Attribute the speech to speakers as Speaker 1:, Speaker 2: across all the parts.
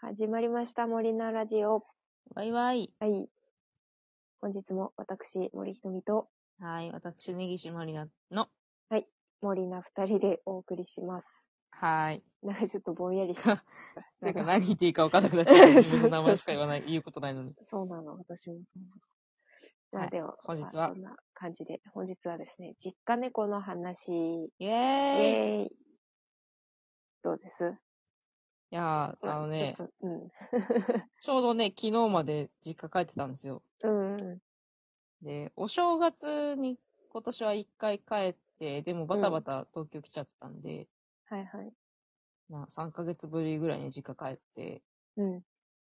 Speaker 1: 始まりました、森菜ラジオ。
Speaker 2: わいわい。
Speaker 1: はい。本日も私、森ひとみと
Speaker 2: はい。私、根岸まりなの。
Speaker 1: 森菜二人でお送りします。
Speaker 2: はい。
Speaker 1: なんかちょっとぼんやりして
Speaker 2: なんか何言っていいか分からなくなっち ゃう。自分の名前しか言わない、言うことないのに。
Speaker 1: そうなの、私もそうなの。ま
Speaker 2: は
Speaker 1: あ
Speaker 2: い
Speaker 1: では、
Speaker 2: 本日
Speaker 1: まあ
Speaker 2: は
Speaker 1: そんな感じで、本日はですね、実家猫の話。
Speaker 2: イ
Speaker 1: イ
Speaker 2: ェーイい
Speaker 1: ェーイどうです
Speaker 2: やー、あのね、
Speaker 1: ちょっとうん。
Speaker 2: ちょうどね、昨日まで実家帰ってたんですよ。
Speaker 1: うんうん。
Speaker 2: で、お正月に今年は一回帰って、でもバタバタ東京来ちゃったんで、
Speaker 1: はいはい。
Speaker 2: まあ3ヶ月ぶりぐらいに実家帰って、
Speaker 1: うん。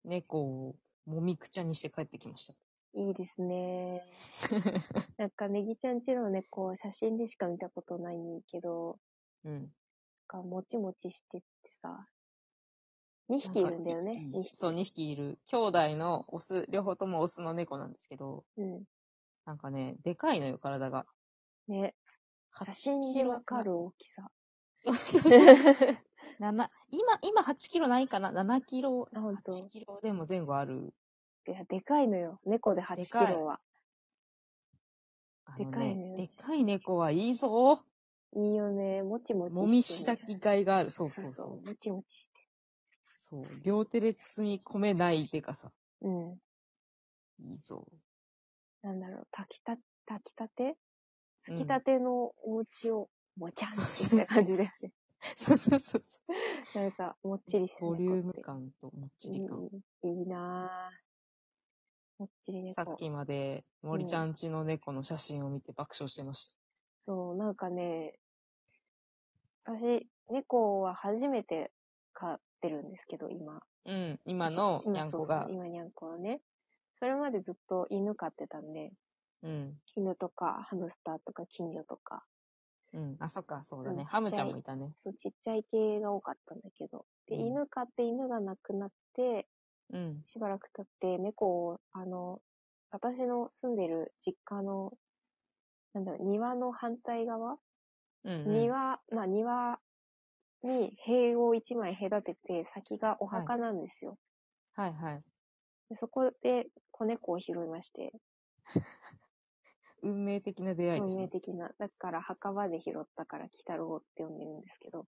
Speaker 2: 猫をもみくちゃにして帰ってきました。
Speaker 1: いいです ね。なんか、ネギちゃんちの猫は写真でしか見たことないけど、
Speaker 2: うん。
Speaker 1: なんか、もちもちしてってさ、2匹いるんだよね、2匹。
Speaker 2: そう、2匹いる。兄弟のオス、両方ともオスの猫なんですけど、
Speaker 1: うん。
Speaker 2: なんかね、でかいのよ、体が。
Speaker 1: ね、写真でわかる大きさ。
Speaker 2: そうそうそう。
Speaker 1: あ、
Speaker 2: 7今、今8キロないかな ?7 キロ、
Speaker 1: ほんと。
Speaker 2: 8キロでも前後ある。
Speaker 1: いや、でかいのよ。猫で8キ
Speaker 2: でかい
Speaker 1: ロは。
Speaker 2: あの
Speaker 1: でかいのよ
Speaker 2: でかい猫はいいぞ
Speaker 1: いいよね。もちもちして、ね。
Speaker 2: もみした
Speaker 1: き。
Speaker 2: きがいがある。そ
Speaker 1: そううそ
Speaker 2: そううそう。
Speaker 1: もちもちして。
Speaker 2: そう。両手で包み込めないでかさ。
Speaker 1: うん。
Speaker 2: いいぞ。
Speaker 1: なんだろう、炊きた、炊きたて
Speaker 2: うん
Speaker 1: 炊きたてのお餅を、もちゃんってした感じだよね。
Speaker 2: そうそうそうそう。
Speaker 1: なんか、もっちりして
Speaker 2: ボリューム
Speaker 1: 感
Speaker 2: 感ともっちり感。
Speaker 1: うんいいなぁ。もっちり猫。
Speaker 2: さっきまで森ちゃんちの猫の写真を見て爆笑してました。
Speaker 1: そう、なんかね、私、猫は初めて飼ってるんですけど、今。
Speaker 2: うん、今のにゃんこが
Speaker 1: そうそう。今、にゃんこはね。それまでずっと犬飼ってたんで、
Speaker 2: うん、
Speaker 1: 犬とかハムスターとか金魚とか、
Speaker 2: うん。あ、そっか、そうだ
Speaker 1: うん
Speaker 2: ね。ハムちゃ
Speaker 1: ちっち
Speaker 2: ん
Speaker 1: ゃ
Speaker 2: もいたね。
Speaker 1: そうちっちゃい系が多かったんだけど。で、
Speaker 2: うん
Speaker 1: 犬飼って犬が亡くなって、
Speaker 2: うん、
Speaker 1: しばらく経って猫を、あの、私の住んでる実家の、なんだろう、庭の反対側、
Speaker 2: うん、うん。
Speaker 1: 庭、まあ庭に塀を一枚隔てて、先がお墓なんですよ。
Speaker 2: はいはい。
Speaker 1: でそこで子猫を拾いまして、
Speaker 2: 運命的な出会いで
Speaker 1: 運
Speaker 2: す
Speaker 1: 命
Speaker 2: ね。
Speaker 1: 的な。だから墓場で拾ったから、鬼太郎って呼んでるんですけど。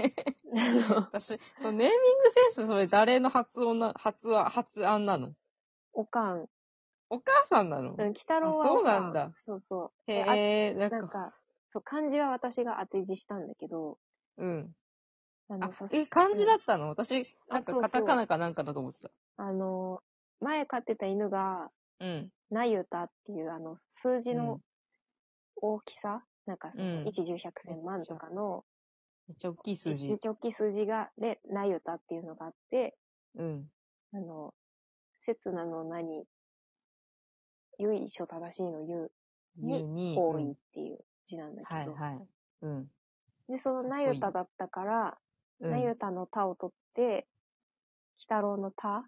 Speaker 2: 私、そう、ネーミングセンス、それ誰の発音な、発は、発案なの
Speaker 1: おかん。
Speaker 2: お母さんなの
Speaker 1: うん、鬼太郎は
Speaker 2: あそう
Speaker 1: おか
Speaker 2: なんだ。
Speaker 1: そうそう。であ
Speaker 2: へえ、なん
Speaker 1: なん
Speaker 2: か、
Speaker 1: か、そう、漢字は私が当て字したんだけど、
Speaker 2: うん。
Speaker 1: あ
Speaker 2: あ
Speaker 1: の、さ、
Speaker 2: え、漢字だったの私、
Speaker 1: あ
Speaker 2: なんか
Speaker 1: そうそう
Speaker 2: カタカナかなんかだと思ってた。
Speaker 1: あの、前飼ってた犬が、
Speaker 2: うん。
Speaker 1: ナユタっていうあの数字
Speaker 2: う
Speaker 1: の
Speaker 2: ん
Speaker 1: 大きさ、なんかその
Speaker 2: うん
Speaker 1: 一十百千万とかの、
Speaker 2: めっちゃ大きい数
Speaker 1: 一
Speaker 2: 字。
Speaker 1: 応大きい数字が、で、ナユタっていうのがあって、
Speaker 2: うん。
Speaker 1: あの、刹那の名に、由緒正しいの由、
Speaker 2: ゆに、
Speaker 1: 行
Speaker 2: う
Speaker 1: 為
Speaker 2: ん
Speaker 1: っていう字なんだけど、
Speaker 2: はいはい。うん。
Speaker 1: で、そのナユタだったから、
Speaker 2: うん
Speaker 1: ナユタのタを取って、北郎のタ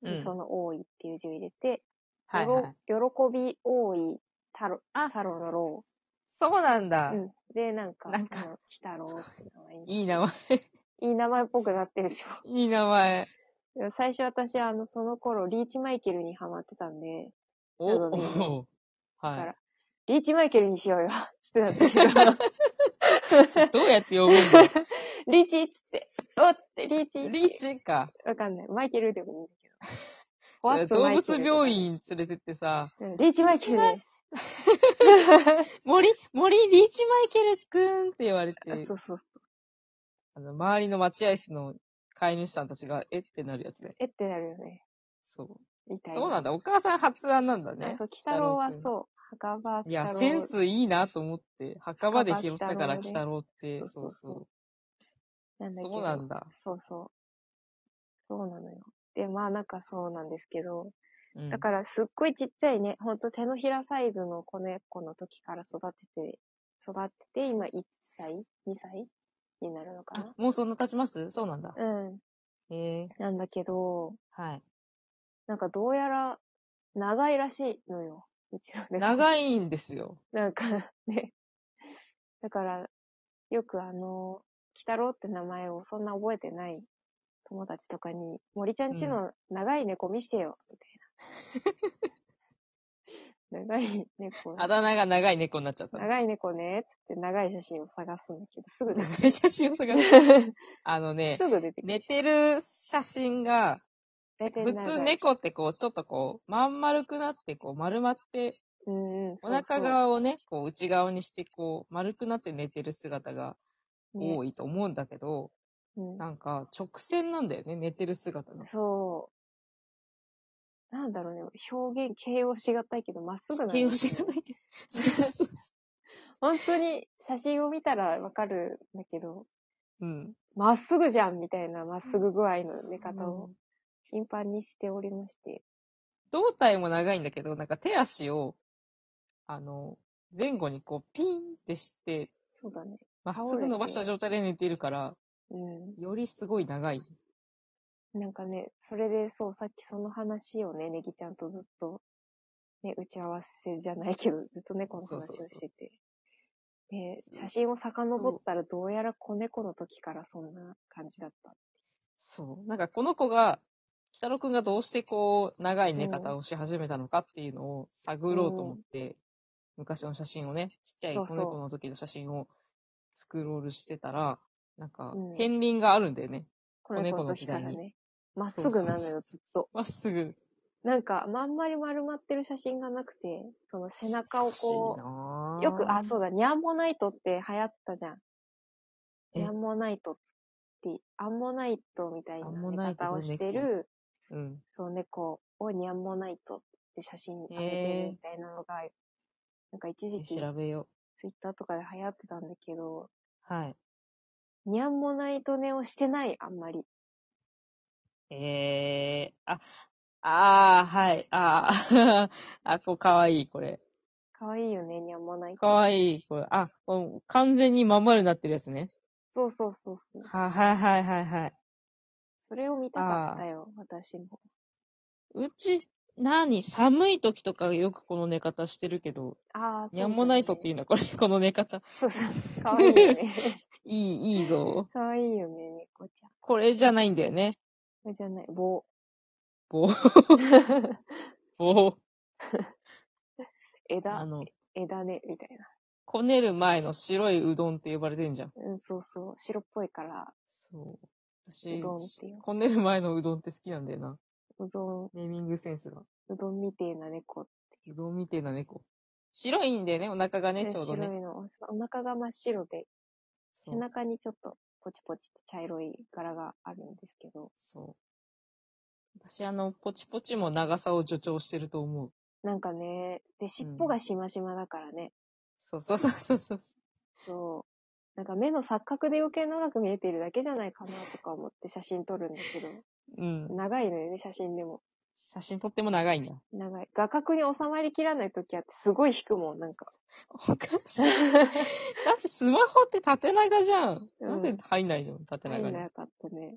Speaker 2: う
Speaker 1: に
Speaker 2: ん
Speaker 1: その多いっていう字を入れて、
Speaker 2: はいはい。
Speaker 1: よろ喜び多い太郎、太郎の郎。
Speaker 2: そうなんだ
Speaker 1: う。ん。で、なんか、
Speaker 2: なんか
Speaker 1: あの、鬼太郎って名前に。
Speaker 2: いい名前。
Speaker 1: いい名前っぽくなってるでしょ。
Speaker 2: いい名前。
Speaker 1: でも最初私、あの、その頃、リーチマイケルにハマってたんで、
Speaker 2: お
Speaker 1: なので
Speaker 2: お
Speaker 1: だか
Speaker 2: は
Speaker 1: ら、リーチマイケルにしよ うよ、ってなったけど、
Speaker 2: い。どうやって呼ぶん だ
Speaker 1: リーチっつって、おって、リーチ
Speaker 2: リーチか。
Speaker 1: わかんない。マイケルでもいいんだけど。ホ
Speaker 2: そ
Speaker 1: ワ
Speaker 2: れ
Speaker 1: ット
Speaker 2: 動
Speaker 1: マイケ
Speaker 2: 物
Speaker 1: ル
Speaker 2: 病院連れてってさ、
Speaker 1: うんリーチマイケルね。
Speaker 2: 森、森リーチマイケルくんって言われて
Speaker 1: そ、うそう。
Speaker 2: あの、周りの待合室の飼い主さんたちが、えってなるやつで。
Speaker 1: えってなるよね。
Speaker 2: そう。
Speaker 1: みたいな。
Speaker 2: そうなんだ。お母さん発案なんだ
Speaker 1: あ
Speaker 2: ね
Speaker 1: そう、。鬼太郎は
Speaker 2: 鬼太
Speaker 1: そう、墓場
Speaker 2: い
Speaker 1: 鬼
Speaker 2: や、
Speaker 1: 太郎。
Speaker 2: センスいいなと思って、墓場で拾ったから
Speaker 1: 墓場鬼
Speaker 2: 来
Speaker 1: 太
Speaker 2: たろうっ
Speaker 1: そ
Speaker 2: て、そうう
Speaker 1: そう
Speaker 2: そ
Speaker 1: なん
Speaker 2: う。
Speaker 1: だけど。
Speaker 2: そうなんだ。
Speaker 1: そうそう。そうなのよ。で、まあなんかそうなんですけど、
Speaker 2: うん
Speaker 1: だからすっごいちっちゃいね、ほんと手のひらサイズの子猫の時から育てて、育てて、今1歳 ?2 歳になるのか
Speaker 2: あもうそんな経ちますそうなんだ。
Speaker 1: なうん。
Speaker 2: へえ、
Speaker 1: なんだけど、
Speaker 2: はい。
Speaker 1: なんかどうやら長いらしいのよ。うちの猫。い
Speaker 2: 長いんですよ。
Speaker 1: なんかね。 だから、よくあの、鬼太郎って名前をそんな覚えてない友達とかに、森ちゃんちの長い猫見してよ、みたいな。長 い猫、
Speaker 2: あだ名が長い猫になっちゃった。
Speaker 1: 長い猫ね、つって長い写真を探すんだけど、すぐ出て
Speaker 2: 長い写真を 探す。あのね、
Speaker 1: すぐ出てくる。
Speaker 2: 寝てる写真が、
Speaker 1: 大体
Speaker 2: 普
Speaker 1: 長い
Speaker 2: 通、猫ってこう、ちょっとこう、まん丸くなって、こう、丸まって、
Speaker 1: うんうん、
Speaker 2: お腹
Speaker 1: が
Speaker 2: 側をね、こう、内側にして、こう、丸くなって寝てる姿が多いと思うんだけど、
Speaker 1: うん、
Speaker 2: なんか、直線なんだよね、寝てる姿が。
Speaker 1: そう。なんだろうね、表現、形容しがたいけど、まっすぐなんだ
Speaker 2: 形
Speaker 1: よね
Speaker 2: 容しがないけど。そうそうそう
Speaker 1: 本当に写真を見たらわかるんだけど、
Speaker 2: うん。
Speaker 1: まっすぐじゃんみたいなまっすぐ具合の寝方を
Speaker 2: うん。
Speaker 1: 頻繁にしておりまして。
Speaker 2: 胴体も長いんだけど、なんか手足を、あの、前後にこう、ピンってして、
Speaker 1: そうだね。
Speaker 2: まっすぐ伸ばした状態で寝てるから、
Speaker 1: う
Speaker 2: よりすごい長い。
Speaker 1: ん。なんかね、それでそう、さっきその話をね、ネギちゃんとずっと、ね、打ち合わせじゃないけど、ずっと猫の話を
Speaker 2: そうそうそう
Speaker 1: してて。で、写真を遡ったらどうやら子猫の時からそんな感じだった。
Speaker 2: そう。なんかこの子が、北郎くんがどうしてこう、長い寝方をし始めたのかっていうのを探ろうと思って、昔の写真をね、ちっちゃい
Speaker 1: そう
Speaker 2: 子
Speaker 1: そう
Speaker 2: 猫の時の写真をスクロールしてたら、なんか
Speaker 1: うん、
Speaker 2: 片鱗があるんだよね。
Speaker 1: 子
Speaker 2: 猫
Speaker 1: 猫の
Speaker 2: の
Speaker 1: 時
Speaker 2: 時
Speaker 1: から
Speaker 2: 代に
Speaker 1: ね。まっすぐなのよ、ずっと。
Speaker 2: まっすぐ。
Speaker 1: なんか、まんまり丸まってる写真がなくて、その背中を
Speaker 2: 欲しい
Speaker 1: こ
Speaker 2: な。
Speaker 1: う、よく、あ、そううだ、ニャンモナイトって流行ったじゃん。
Speaker 2: え
Speaker 1: ニャンモナイトって、アンモナイトみたいな
Speaker 2: アンモ
Speaker 1: 寝
Speaker 2: ナイト
Speaker 1: 方をしてる、
Speaker 2: うん。
Speaker 1: そう、猫をニャンモナイトって写真に上げてるみたいなのが、なんか一時期、ツイッ
Speaker 2: 調べよ
Speaker 1: ターとかで流行ってたんだけど、
Speaker 2: う。はい。
Speaker 1: ニャンモナイト寝をしてない、あんまり。
Speaker 2: えー、あ、あー、はい、あー、 あ、こう、かわいい、これ。
Speaker 1: かわいいよね、ニャンモナイト。
Speaker 2: かわいい、これ。あ、こう完全にまん丸になってるやつね。
Speaker 1: そうそうそうそう。
Speaker 2: は、はい、はい、はい、はい。
Speaker 1: それを見たかったよ、私も。
Speaker 2: うち、なに、寒い時とかよくこの寝方してるけど、
Speaker 1: ああ、そうだね。
Speaker 2: やんもないとっていうんだ、これ、 この寝方。
Speaker 1: そうそう。かわいいよね。
Speaker 2: いい、いいぞ。
Speaker 1: かわいいよね、猫ちゃん。
Speaker 2: これじゃないんだよね。
Speaker 1: これじゃない、棒。
Speaker 2: 棒、棒。あ
Speaker 1: 枝、
Speaker 2: の、
Speaker 1: 枝ね、みたい
Speaker 2: こねる前の白いうどんって呼ばれてんじゃん。
Speaker 1: な。うん、そうそう。白っぽいから、
Speaker 2: そう。私
Speaker 1: うどんっていう、
Speaker 2: こねる前のうどんって好きなんだよな。
Speaker 1: うどん、
Speaker 2: ネーミングセンスが。
Speaker 1: うどんみてえな猫。
Speaker 2: うどんみてえな猫。白いんだよね、お腹がね、ちょうど
Speaker 1: 白い
Speaker 2: ね。
Speaker 1: の。お腹が真っ白で、
Speaker 2: そ
Speaker 1: 背
Speaker 2: う。
Speaker 1: 中にちょっとポチポチって茶色い柄があるんですけど、
Speaker 2: そう。私、あの、ポチポチも長さを助長してると思う。
Speaker 1: なんかね、で、尻尾がしましまだからね。
Speaker 2: そうそうそうそうそう。
Speaker 1: そう。なんか目の錯覚で余計長く見えてるだけじゃないかなとか思って写真撮るんだけど、
Speaker 2: うん。
Speaker 1: 長いのよね、写真でも。
Speaker 2: 写真撮っても長いんだ。
Speaker 1: 長い。画角に収まりきらないときあって、すごい引くもん、なんか。
Speaker 2: おかしい。だってスマホって縦長じゃん。
Speaker 1: うん
Speaker 2: なんで入んないの縦
Speaker 1: 入
Speaker 2: 長
Speaker 1: ん
Speaker 2: に。
Speaker 1: なかったね。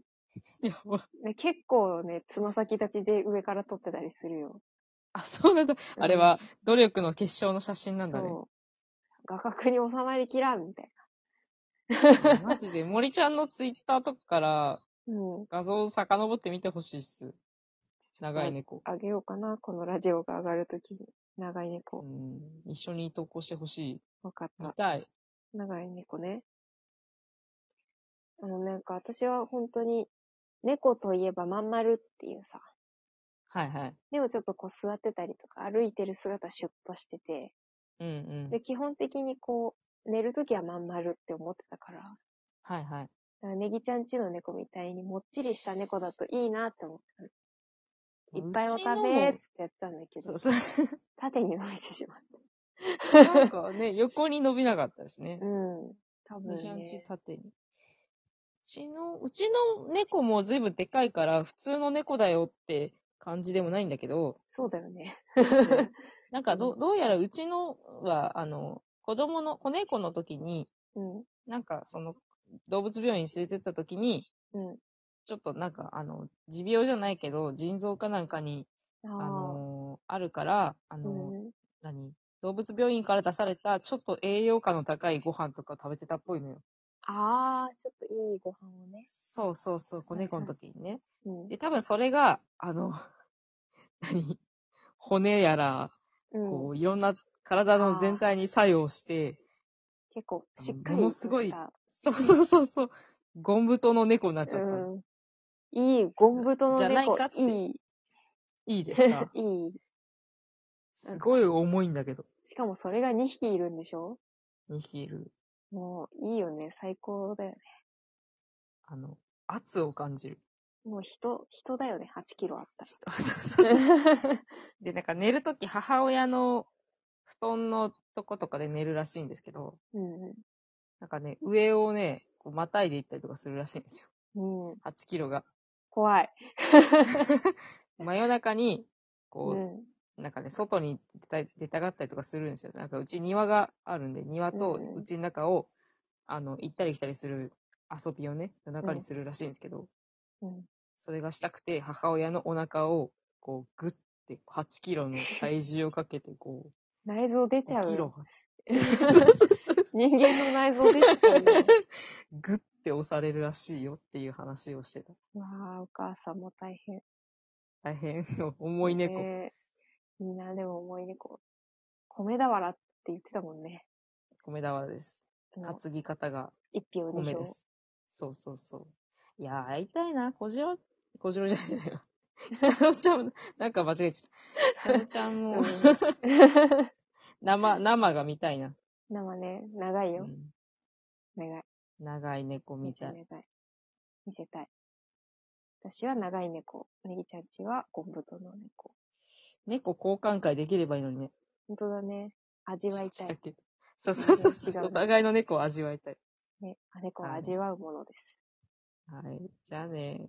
Speaker 2: やば
Speaker 1: ね結構ね、つま先立ちで上から撮ってたりするよ。
Speaker 2: あ、そうなんだ。
Speaker 1: うん
Speaker 2: あれは努力の結晶の写真なんだね。
Speaker 1: そう。画角に収まりきらん、みたい
Speaker 2: マジで。森ちゃんのツイッターとかから
Speaker 1: な。うん。
Speaker 2: 画像を遡って見てほしいっす。長い猫。
Speaker 1: あげようかな、このラジオが上がるときに。長い猫
Speaker 2: う。ん。一緒に投稿してほしい。
Speaker 1: わかっ
Speaker 2: 見
Speaker 1: た。
Speaker 2: たい。
Speaker 1: 長い猫ね。あの、なんか私は本当に、猫といえばまん丸っていうさ、
Speaker 2: はいはい。
Speaker 1: でもちょっとこう座ってたりとか、歩いてる姿シュッとしてて、
Speaker 2: うんうん
Speaker 1: で、。基本的にこう、寝るときはまん丸って思ってたから、だ
Speaker 2: はいはい。
Speaker 1: からネギちゃんちの猫みたいにもっちりした猫だといいなって思ってたの。いっぱいお食べーっつってやってたんだけ
Speaker 2: そ
Speaker 1: ど
Speaker 2: う、そう。
Speaker 1: 縦に伸びてしま
Speaker 2: なんかね、横に伸びなかったですね
Speaker 1: う。。うん。多分
Speaker 2: うちの
Speaker 1: ね
Speaker 2: 家。縦に。うちの、うちの猫もずいぶんでかいから、普通の猫だよって感じでもないんだけ ど、
Speaker 1: そうだよね。
Speaker 2: そうなんかど、
Speaker 1: う
Speaker 2: どうやらうちのは、あの、子供の、子猫の時に、
Speaker 1: うん。
Speaker 2: なんかその、動物病院に連れてった時に、
Speaker 1: うん。
Speaker 2: ちょっとなんか、あの、持病じゃないけど、腎臓かなんかに、
Speaker 1: あ
Speaker 2: あ
Speaker 1: あ。
Speaker 2: の、あるから、あ
Speaker 1: う
Speaker 2: の、
Speaker 1: ん。
Speaker 2: 何動物病院から出された、ちょっと栄養価の高いご飯とかを食べてたっぽいのよ。
Speaker 1: ああ、ちょっといいご飯をね。
Speaker 2: そうそうそう、子猫の時にね。
Speaker 1: うん
Speaker 2: で、多分それが、あの、 何骨やら、
Speaker 1: う
Speaker 2: こ
Speaker 1: ん。
Speaker 2: う、いろんな体の全体に作用して、
Speaker 1: 結構、しっかり
Speaker 2: ものすごい
Speaker 1: とした
Speaker 2: そうそうそうそう、ゴンブトの猫になっちゃったの。
Speaker 1: うん、いい、ゴンブトの
Speaker 2: じゃない
Speaker 1: 猫
Speaker 2: かっ、て
Speaker 1: いい、
Speaker 2: いいです か
Speaker 1: いい。
Speaker 2: すごい重いんだけど、
Speaker 1: しかもそれが2匹いるんでしょ
Speaker 2: 2匹いる。
Speaker 1: もう、いいよね。最高だよね。
Speaker 2: あの、圧を感じる。
Speaker 1: もう人、人だよね。8キロあったら。
Speaker 2: そうそうそう で、なんか寝るとき母親の布団のとことかで寝るらしいんですけど、
Speaker 1: うん
Speaker 2: なんかね、上をね、こうまたいでいったりとかするらしいんですよ。
Speaker 1: うん。うん。
Speaker 2: 8キロが。
Speaker 1: 怖い。
Speaker 2: 真夜中に、
Speaker 1: う
Speaker 2: こ
Speaker 1: ん。
Speaker 2: う、なんかね、外に出た出たがったりとかするんですよ。なんかうち庭があるんで、庭と
Speaker 1: うんうん
Speaker 2: うちの中を、あの、行ったり来たりする遊びをね、夜中にするらしいんですけど、
Speaker 1: うん。
Speaker 2: それがしたくて、母親のお腹を、こう、ぐって、8キロの体重をかけて、こ
Speaker 1: 内臓出
Speaker 2: う、
Speaker 1: ちゃ
Speaker 2: 5キ
Speaker 1: う
Speaker 2: ロ
Speaker 1: よ。、
Speaker 2: そう
Speaker 1: 人間の内臓出ちゃうよ ね。
Speaker 2: ぐって押されるらしいよっていう話をしてた。
Speaker 1: わあ、お母さんも大変。
Speaker 2: 大変、重い猫。
Speaker 1: ねえいいな、でも重い猫。米俵って言ってたもんね。
Speaker 2: 米俵です。
Speaker 1: あの
Speaker 2: 担ぎ方が
Speaker 1: 一票二
Speaker 2: 米
Speaker 1: 票
Speaker 2: で。す。そうそうそう。いやー、会いたいな。小次郎、小次郎じゃないじゃない わ。北郎ちゃんも、なんか間違えちゃった。北郎ちゃん も、
Speaker 1: うん
Speaker 2: 生、生が見たいな。
Speaker 1: 生ね、長いうよ。
Speaker 2: ん
Speaker 1: 願い。
Speaker 2: 長い猫見たい。
Speaker 1: 見せたい。見せたい。私は長い猫。ネギちゃんちはゴンブトの猫。
Speaker 2: 猫交換会できればいいのにね。
Speaker 1: 本当だね。味わいたい。
Speaker 2: そうそうそう
Speaker 1: 全然違う
Speaker 2: そう。
Speaker 1: ね
Speaker 2: お互いの猫を味わいたい。
Speaker 1: ね、あ猫は味わうものです。
Speaker 2: はい。じゃあね。